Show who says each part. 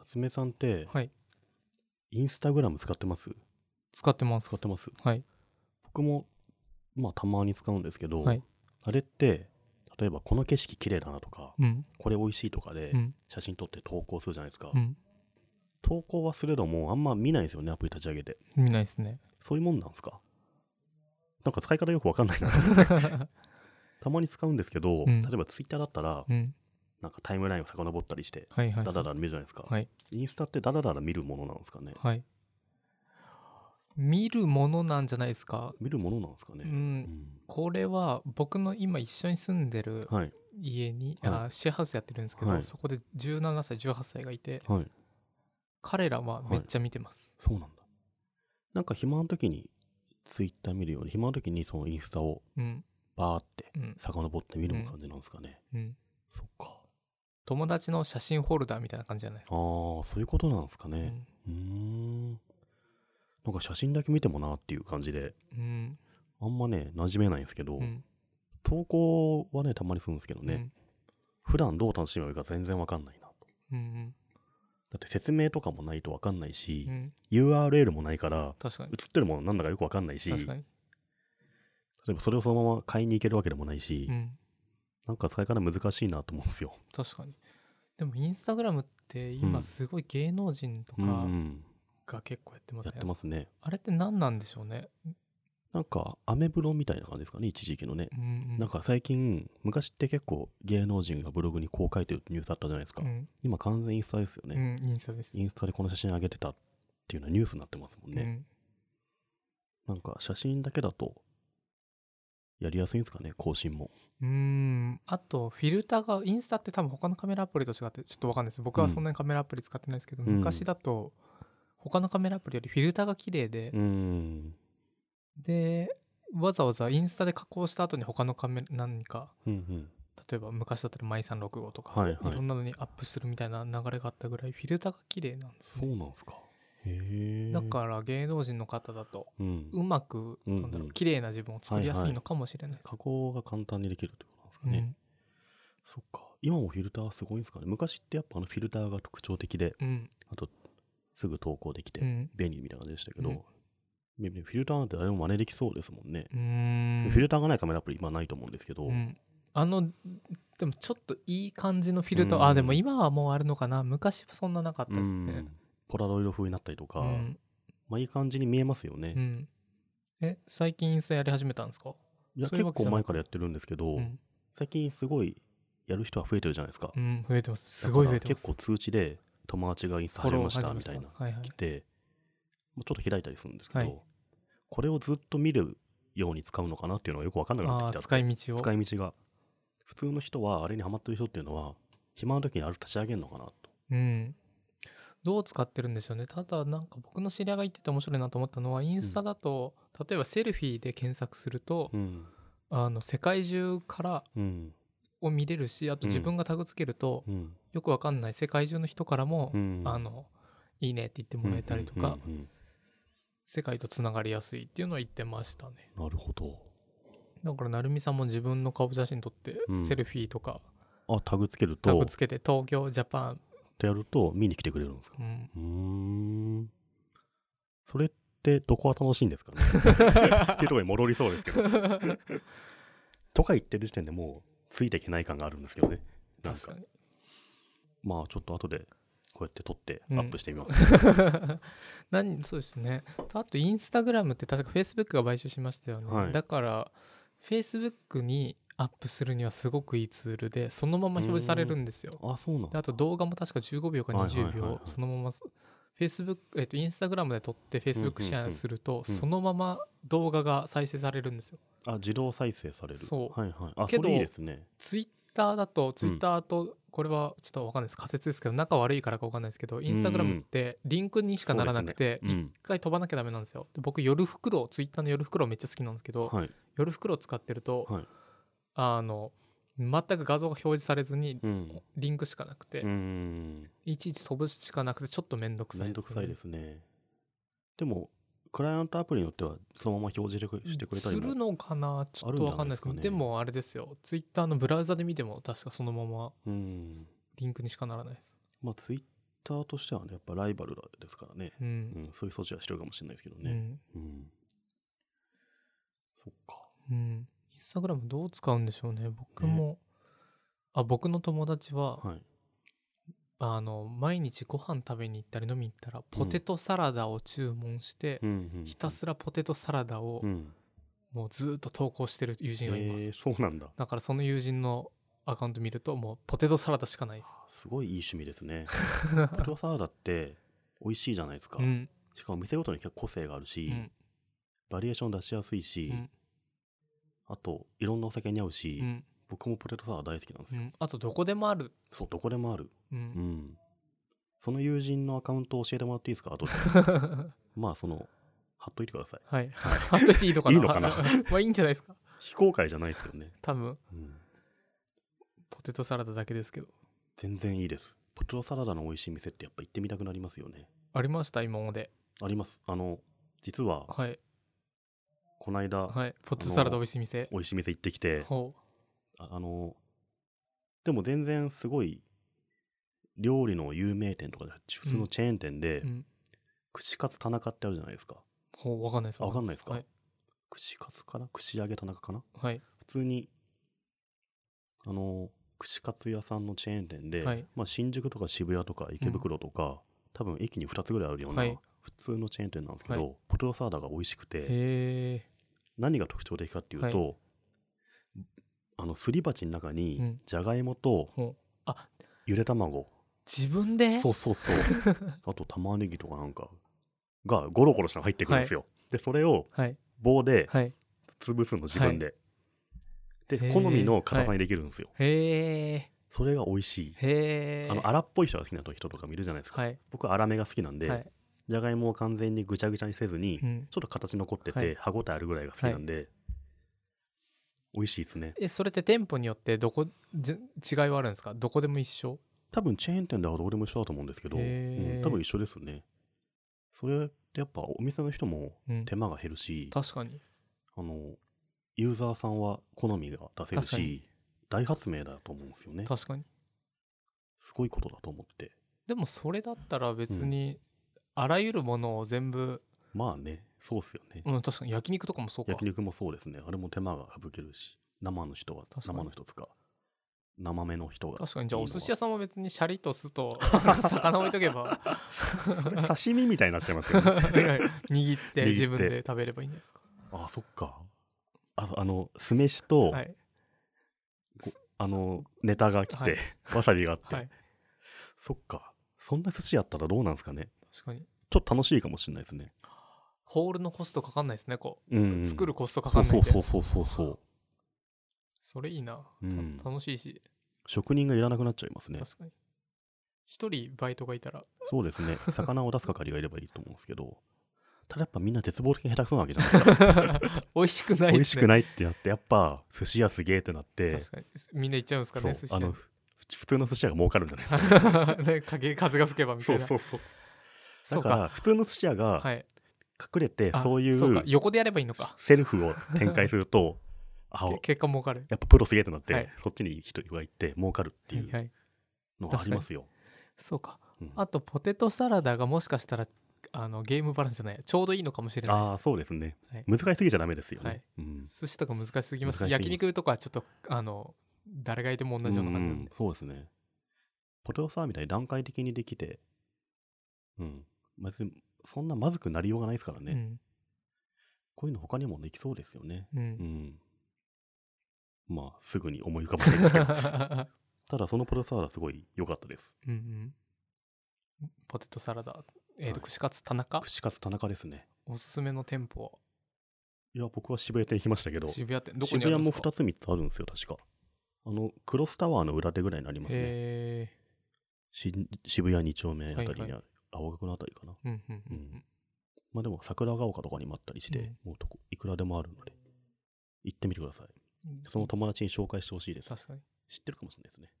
Speaker 1: 夏目さんって、
Speaker 2: はい。
Speaker 1: インスタグラム使ってます
Speaker 2: 使ってます。
Speaker 1: 使ってます
Speaker 2: はい。
Speaker 1: 僕も、まあ、たまに使うんですけど、
Speaker 2: はい
Speaker 1: あれって、例えばこの景色綺麗だなとか、
Speaker 2: うん。
Speaker 1: これ美味しいとかで
Speaker 2: うん。
Speaker 1: 写真撮って投稿するじゃないですか。
Speaker 2: うん。
Speaker 1: 投稿はすれども、あんま見ないですよね、アプリ立ち上げて。
Speaker 2: 見ないです ね。
Speaker 1: そういうもんなんですかなんか使い方よくわかん ないな。たまに使うんですけど、
Speaker 2: うん
Speaker 1: 例えばツイッターだったら、
Speaker 2: うん。
Speaker 1: なんかタイムラインを遡ったりして、
Speaker 2: はいはい。
Speaker 1: ダダダラ見るじゃないですか。
Speaker 2: はい。
Speaker 1: インスタってダダダラ見るものなんですかね。
Speaker 2: はい。見るものなんじゃないですか。
Speaker 1: 見るものなんですかね。
Speaker 2: う。
Speaker 1: うんん
Speaker 2: これは僕の今一緒に住んでる
Speaker 1: はい。
Speaker 2: 家に、
Speaker 1: は
Speaker 2: あシェアハウスやってるんですけど、
Speaker 1: はい
Speaker 2: そこで17歳、18歳がいて、
Speaker 1: はい。
Speaker 2: 彼らはめっちゃ見てます。
Speaker 1: そうなんだ。なんか暇の時にツイッター見るより、暇の時にそのインスタを
Speaker 2: うん。
Speaker 1: バーって
Speaker 2: うん。
Speaker 1: 遡って見るも感じなんですかね。
Speaker 2: うん。
Speaker 1: そっか。
Speaker 2: 友達の写真フォルダーみたいな感じじゃないです
Speaker 1: あ
Speaker 2: か。
Speaker 1: あ、そういうことなんですか
Speaker 2: う
Speaker 1: ね。
Speaker 2: ん。
Speaker 1: うーん。なんか写真だけ見てもなっていう感じで、
Speaker 2: うん。
Speaker 1: あんまね、馴染めないんですけど、
Speaker 2: うん
Speaker 1: 投稿はね、たまにするんですけどね、
Speaker 2: うん
Speaker 1: 普段どう楽しめばいいか全然わかんないなと。
Speaker 2: うん。
Speaker 1: だって説明とかもないとわかんないし、
Speaker 2: うん
Speaker 1: URL もないから、
Speaker 2: 確かに。
Speaker 1: 映ってるものなんだかよくわかんないし、
Speaker 2: 確か
Speaker 1: 例
Speaker 2: に。
Speaker 1: えばそれをそのまま買いに行けるわけでもないし、
Speaker 2: うん。
Speaker 1: なんか使い方難しいなと思うんですよ。
Speaker 2: 確かに。でも、インスタグラムって今すごい芸能人と
Speaker 1: うんう
Speaker 2: か
Speaker 1: ん、
Speaker 2: が結構やってませ
Speaker 1: や
Speaker 2: ん、
Speaker 1: ってますね。
Speaker 2: あれって何なんでしょうね。
Speaker 1: なんか、アメブロみたいな感じですかね、一時期のね。
Speaker 2: うんうん。
Speaker 1: なんか最近、昔って結構芸能人がブログにこう書いてるってニュースあったじゃないですか。
Speaker 2: うん、
Speaker 1: 今完全インスタですよね。
Speaker 2: うん、インスタです。
Speaker 1: インスタでこの写真上げてたっていうのはニュースになってますもんね。なんか写真だけだと、やりやすいんですかね、更新も。
Speaker 2: うん。うん。あと、フィルターが、インスタって多分他のカメラアプリと違って、ちょっとわかんないです。僕はそんなにカメラアプリ使ってないですけど、
Speaker 1: うん
Speaker 2: 昔だと、他のカメラアプリよりフィルターが綺麗で
Speaker 1: う、ーん。
Speaker 2: で、わざわざインスタで加工した後に他のカメラ、何か、
Speaker 1: うんうん。
Speaker 2: 例えば昔だったらマイ365とか、
Speaker 1: はいはい
Speaker 2: いろんなのにアップするみたいな流れがあったぐらい、フィルターが綺麗なんです
Speaker 1: そ
Speaker 2: ね。
Speaker 1: うなんですか。へえ。
Speaker 2: だから芸能人の方だと、
Speaker 1: うん、
Speaker 2: うまく、
Speaker 1: うんうん
Speaker 2: なんだろう、綺麗な自分を作りやすいのかもしれないです。
Speaker 1: 加工が簡単にできるってことなんですかね。そっか。今もフィルターすごいんですかね。昔ってやっぱあのフィルターが特徴的で、
Speaker 2: うん。うん。
Speaker 1: あと、すぐ投稿でき
Speaker 2: う
Speaker 1: て、
Speaker 2: ん。
Speaker 1: 便利みたいな感じでしたけど、
Speaker 2: うん
Speaker 1: ねねフィルターなんてあれも真似できそうですもんね。
Speaker 2: うーん
Speaker 1: フィルターがないカメラアプリ、今ないと思うんですけど、
Speaker 2: うんあのでもちょっといい感じのフィルター、
Speaker 1: うん
Speaker 2: あでも今はもうあるのかな昔はそんななかった
Speaker 1: う
Speaker 2: ですね
Speaker 1: んポラロイド風になったりとか、
Speaker 2: うん、
Speaker 1: まあいい感じに見えますよ
Speaker 2: う
Speaker 1: ね。
Speaker 2: んえ最近インスタやり始めたんですか
Speaker 1: いや
Speaker 2: そうい
Speaker 1: 結
Speaker 2: うわけ
Speaker 1: 構
Speaker 2: じゃな
Speaker 1: 前
Speaker 2: く
Speaker 1: からやってるんですけど、
Speaker 2: うん、
Speaker 1: 最近すごいやる人は増えてるじゃないですか。
Speaker 2: うん、増えてますすごい増えてます
Speaker 1: だから結構通知で友達がインスタ始めましたみたいな
Speaker 2: はいはい
Speaker 1: 来て、もうちょっと開いたりするんですけど、
Speaker 2: はい
Speaker 1: これをずっと見るように使うのかなっていうのがよくわかんなくなってき
Speaker 2: あー
Speaker 1: た
Speaker 2: 使い道を
Speaker 1: 使い道が。普通の人はあれにハマってる人っていうのは、暇の時にあれ立ち上げるのかなと。
Speaker 2: うんどう使ってるんでしょうねただなんか僕の知り合いが言ってて面白いなと思ったのはインスタだと、例えばセルフィーで検索すると、
Speaker 1: うん。
Speaker 2: あの世界中から
Speaker 1: うん。
Speaker 2: を見れるしあと
Speaker 1: うん
Speaker 2: 自分がタグつけると、
Speaker 1: うん。
Speaker 2: よくわかんない世界中の人からも、
Speaker 1: うん
Speaker 2: あのいいねって言ってもらえたりとか、
Speaker 1: うんうんうん
Speaker 2: 世界とつながりやすいっていうのは言ってましたね
Speaker 1: なるほど。
Speaker 2: だから成美さんも自分の顔写真撮って、
Speaker 1: うん
Speaker 2: セルフィーとか
Speaker 1: あ、タグつける
Speaker 2: タ
Speaker 1: と、
Speaker 2: グ
Speaker 1: っ
Speaker 2: つけて東京ジャパン、
Speaker 1: てやると見に来てくれるんですか
Speaker 2: うん、
Speaker 1: うーん。それってどこが楽しいんです かねっていうところに戻りそうですけど。とか言ってる時点でもうついていけない感があるんですけどね。なん
Speaker 2: 確
Speaker 1: か
Speaker 2: か、に
Speaker 1: まあちょっと後でこうやって撮ってア
Speaker 2: うん
Speaker 1: ップしてみ ます。
Speaker 2: 何そうですねあとインスタグラムって確かフェイスブックが買収しましたよね、
Speaker 1: はい
Speaker 2: だからフェイスブックにアップするにはすごくいいツールでそのまま表示されるんですよ
Speaker 1: あ、そうなん
Speaker 2: であと動画も確か15秒か
Speaker 1: はいはいは
Speaker 2: 20
Speaker 1: いはい
Speaker 2: 秒そのままフェイスブックえっとインスタグラムで撮ってフェイスブックシェアすると
Speaker 1: うん
Speaker 2: そのまま動画が再生されるんですよ
Speaker 1: あ、自動再生される。
Speaker 2: そう
Speaker 1: はいはい。あ、
Speaker 2: け
Speaker 1: そ
Speaker 2: ど
Speaker 1: れいいですね。
Speaker 2: ツイッターだとツイッターとこれはちょっとわかんないです仮説ですけど仲悪いからかわかんないですけどインスタグラムってリンクにしかならなくて
Speaker 1: そうですねうん
Speaker 2: 一回飛ばなきゃダメなんですよで僕夜袋ツイッターの夜袋めっちゃ好きなんですけど
Speaker 1: はい。
Speaker 2: 夜袋使ってると
Speaker 1: はい。
Speaker 2: あの全く画像が表示されずに
Speaker 1: うん。
Speaker 2: リンクしかなく
Speaker 1: うー
Speaker 2: て
Speaker 1: ん。
Speaker 2: いちいち飛ぶしかなくてちょっとめんどくさい
Speaker 1: めんど
Speaker 2: で
Speaker 1: く
Speaker 2: す
Speaker 1: さ
Speaker 2: よ
Speaker 1: い
Speaker 2: ね
Speaker 1: ですね。でも、クライアントアプリによってはそのまま表示でしてくれたりも
Speaker 2: するのかなちょっとわかんないですけど
Speaker 1: あるんじゃないですかね
Speaker 2: でもあれですよツイッターのブラウザで見ても確かそのまま
Speaker 1: うん。
Speaker 2: リンクにしかならないです
Speaker 1: まあ、ツイッターとしてはね、やっぱライバルですからね。
Speaker 2: う。
Speaker 1: うんん、そういう措置はしてるかもしれないですけど
Speaker 2: う
Speaker 1: ね。
Speaker 2: ん。
Speaker 1: うん。そっか。
Speaker 2: うん。インスタグラムどう使うんでしょうね。僕も、あ、僕の友達は、
Speaker 1: はい。
Speaker 2: あの、毎日ご飯食べに行ったり飲みに行ったら、ポテトサラダを注文して、
Speaker 1: ん、うん
Speaker 2: ひたすらポテトサラダを
Speaker 1: うん。
Speaker 2: もうずっと投稿してる友
Speaker 1: え
Speaker 2: 人がいます。
Speaker 1: ーそうなんだ。
Speaker 2: だからその友人のアカウント見ると、もうポテトサラダしかないです。
Speaker 1: あすごいいい趣味です ね。ポテトサラダって美味しいじゃないですか。
Speaker 2: うん。
Speaker 1: しかも店ごとに結構個性がある
Speaker 2: う
Speaker 1: し、
Speaker 2: ん。
Speaker 1: バリエーション出しやすいし、
Speaker 2: うん
Speaker 1: あといろんなお酒に合うし、
Speaker 2: うん。
Speaker 1: 僕もポテトサラダ大好きなんです
Speaker 2: う
Speaker 1: よ。
Speaker 2: んあと、どこでもある。
Speaker 1: そう、どこでもある。
Speaker 2: う。
Speaker 1: うんん。その友人のアカウントを教えてもらっていいですか後で。まあ、その、貼っといてください。
Speaker 2: はい。貼っといていいのかな
Speaker 1: いいのかな
Speaker 2: まあいいんじゃないですか。
Speaker 1: 非公開じゃないですよね。
Speaker 2: 多分、
Speaker 1: うん。
Speaker 2: ポテトサラダだけですけど。
Speaker 1: 全然いいです。ポテトサラダの美味しい店ってやっぱ行ってみたくなりますよね。
Speaker 2: ありました、今まで。
Speaker 1: あります。あの、実は、
Speaker 2: はい。
Speaker 1: こないだ、
Speaker 2: はい。ポテトサラダ美味しい店。
Speaker 1: 美味しい店行ってきて、
Speaker 2: ほ
Speaker 1: ああの、でも全然すごい、料理の有名店とかで、普通のチェーン店で、
Speaker 2: う。うん。
Speaker 1: 串カツ田中ってあるじゃないですか。
Speaker 2: ほう、わかんないです。
Speaker 1: あわかんないですか
Speaker 2: はい。
Speaker 1: 串カツかな串揚げ田中かな
Speaker 2: はい。
Speaker 1: 普通に、あの、串カツ屋さんのチェーン店で、
Speaker 2: はい
Speaker 1: まあ、新宿とか渋谷とか池袋とか、多分駅に2つぐらいあるような、
Speaker 2: はい
Speaker 1: 普通のチェーン店なんですけど、
Speaker 2: は
Speaker 1: ポテトサラダが美味しくて、
Speaker 2: へ
Speaker 1: 何が特徴的かっていうと、あの、すり鉢の中
Speaker 2: う
Speaker 1: に
Speaker 2: ん、
Speaker 1: じゃがいもと
Speaker 2: ー。ほう。あ、
Speaker 1: ゆで卵、
Speaker 2: 自分で
Speaker 1: そうそうそう。 あと玉ねぎとかなんかがゴロゴロしたの入ってくるんですよ。で、それを
Speaker 2: はい。
Speaker 1: 棒で
Speaker 2: はい。
Speaker 1: 潰すの自分で。
Speaker 2: へ
Speaker 1: で、
Speaker 2: ー
Speaker 1: 好みの硬さにできるんですよ。
Speaker 2: へえ。
Speaker 1: それが美味しい。
Speaker 2: へえ。
Speaker 1: あの、荒っぽい人が好きな人とかもいるじゃないですか。
Speaker 2: はい。
Speaker 1: 僕は粗めが好きなんで、
Speaker 2: はい。
Speaker 1: じゃがいもを完全にぐちゃぐちゃにせずに、
Speaker 2: うん。
Speaker 1: ちょっと形残ってて、
Speaker 2: はい
Speaker 1: 歯ごたえあるぐらいが好きなんで、美味しいですね。
Speaker 2: え、それって店舗によってどこ、じ違いはあるんですかどこでも一緒
Speaker 1: 多分チェーン店ではどこでも一緒だと思うんですけど、う
Speaker 2: へー
Speaker 1: ん、多分一緒ですね。それってやっぱお店の人も
Speaker 2: うん。
Speaker 1: 手間が減るし、
Speaker 2: 確かに。
Speaker 1: あの、ユーザーさんは好みが出せる
Speaker 2: 確かに
Speaker 1: し、大発明だと思うんですよね。
Speaker 2: 確かに。
Speaker 1: すごいことだと思って。
Speaker 2: でもそれだったら別に、あらゆるものを全部、
Speaker 1: まあね、そうっすよね。
Speaker 2: うん、確かに焼肉とかもそうか
Speaker 1: 焼。肉もそうですね。あれも手間が省けるし、生の人は、
Speaker 2: 確かに
Speaker 1: 生の人つか、生目の人が。
Speaker 2: 確かにじゃあ
Speaker 1: いい
Speaker 2: お
Speaker 1: のは
Speaker 2: 寿司屋さんは別にシャリと 酢と魚置いとけば
Speaker 1: それ刺身みたいになっちゃいますよ
Speaker 2: い
Speaker 1: ね。
Speaker 2: やいや 握って
Speaker 1: 握って
Speaker 2: 自分で食べればいいんじゃないですか。
Speaker 1: あそっか。ああの、酢飯と、
Speaker 2: はい
Speaker 1: あの、ネタが来て、
Speaker 2: はい
Speaker 1: わさびがあって、
Speaker 2: はい
Speaker 1: そっか。そんな寿司やったらどうなんですかね。
Speaker 2: 確かに。
Speaker 1: ちょっと楽しいかもしれないですね。
Speaker 2: ホールのコストかかんないですねこ
Speaker 1: う
Speaker 2: う、
Speaker 1: ん、
Speaker 2: 作る
Speaker 1: か
Speaker 2: コストかかんないんで
Speaker 1: そうそうそうそうそう。
Speaker 2: それいいな、
Speaker 1: うん
Speaker 2: た楽しいし
Speaker 1: 職人がいらなくなっちゃいますね。
Speaker 2: 確かに一人バイトがいたら
Speaker 1: そうです ね。魚を出す係がいればいいと思うんですけど、ただやっぱみんな絶望的に下手くそなわけじゃないですか。
Speaker 2: 美味しく な
Speaker 1: 美
Speaker 2: いで
Speaker 1: 味し
Speaker 2: す
Speaker 1: く
Speaker 2: ね
Speaker 1: ないってなって、やっぱ寿司屋すげえってなって、
Speaker 2: 確かにみんな行っちゃうんですかね
Speaker 1: そ
Speaker 2: 寿司
Speaker 1: う、あの、ふ普通の寿司屋が儲かるんじゃないか。
Speaker 2: 屋 ね風風が吹けばみたいな
Speaker 1: うそう。
Speaker 2: そ
Speaker 1: だ
Speaker 2: う
Speaker 1: から、普通の寿司屋
Speaker 2: は
Speaker 1: が
Speaker 2: い
Speaker 1: 隠れて、
Speaker 2: あ
Speaker 1: そうい
Speaker 2: そうか
Speaker 1: う
Speaker 2: 横でやればいいのか
Speaker 1: セルフを展開すると、 あ、
Speaker 2: け結果儲かる
Speaker 1: やっぱプロすげえってなっ
Speaker 2: は
Speaker 1: て
Speaker 2: い、
Speaker 1: そっちに人が行って儲かるってい
Speaker 2: はいうはい
Speaker 1: のがありますよ。
Speaker 2: そうか
Speaker 1: うん
Speaker 2: あとポテトサラダがもしかしたらあのゲームバランスじゃないちょうどいいのかもしれない
Speaker 1: ああ、
Speaker 2: で
Speaker 1: そうですね
Speaker 2: はい。
Speaker 1: 難しすぎちゃダメですよ
Speaker 2: はい
Speaker 1: ね。うん
Speaker 2: す寿司とか難しすぎます
Speaker 1: 難しすぎます
Speaker 2: 焼肉とかはちょっとあの誰がいても同じような感じなん
Speaker 1: うん
Speaker 2: で、
Speaker 1: そうですねポテトサラダみたいに段階的にできてうん別にそんなまずくなりようがないですからね、こういうの他にもできそうですよね
Speaker 2: うんう
Speaker 1: うんんまあすぐに思い浮かばないですけ どただそのポテトサラダすごい良かったです
Speaker 2: うんうんポテトサラダえー
Speaker 1: は
Speaker 2: と
Speaker 1: い
Speaker 2: 串カツ田中
Speaker 1: 串カツ田中ですね
Speaker 2: おすすめの店舗
Speaker 1: いや僕は渋谷店行きましたけど
Speaker 2: 渋谷店どこ
Speaker 1: 渋
Speaker 2: にあ
Speaker 1: 谷
Speaker 2: るんで
Speaker 1: も
Speaker 2: す
Speaker 1: 2
Speaker 2: か
Speaker 1: つ3つあるんですよ確かあのクロスタワーの裏手ぐらいになりますね
Speaker 2: へ
Speaker 1: し渋谷2丁目あたりにあ
Speaker 2: はい
Speaker 1: る、青学のあたりかな
Speaker 2: えうんうんう
Speaker 1: うんんまあでも桜ヶ丘とかにもあったりして、
Speaker 2: うん
Speaker 1: もうどこいくらでもあるので、行ってみてください。
Speaker 2: うん
Speaker 1: その友達に紹介してほしいです。
Speaker 2: 確かに
Speaker 1: 知ってるかもしれないですね。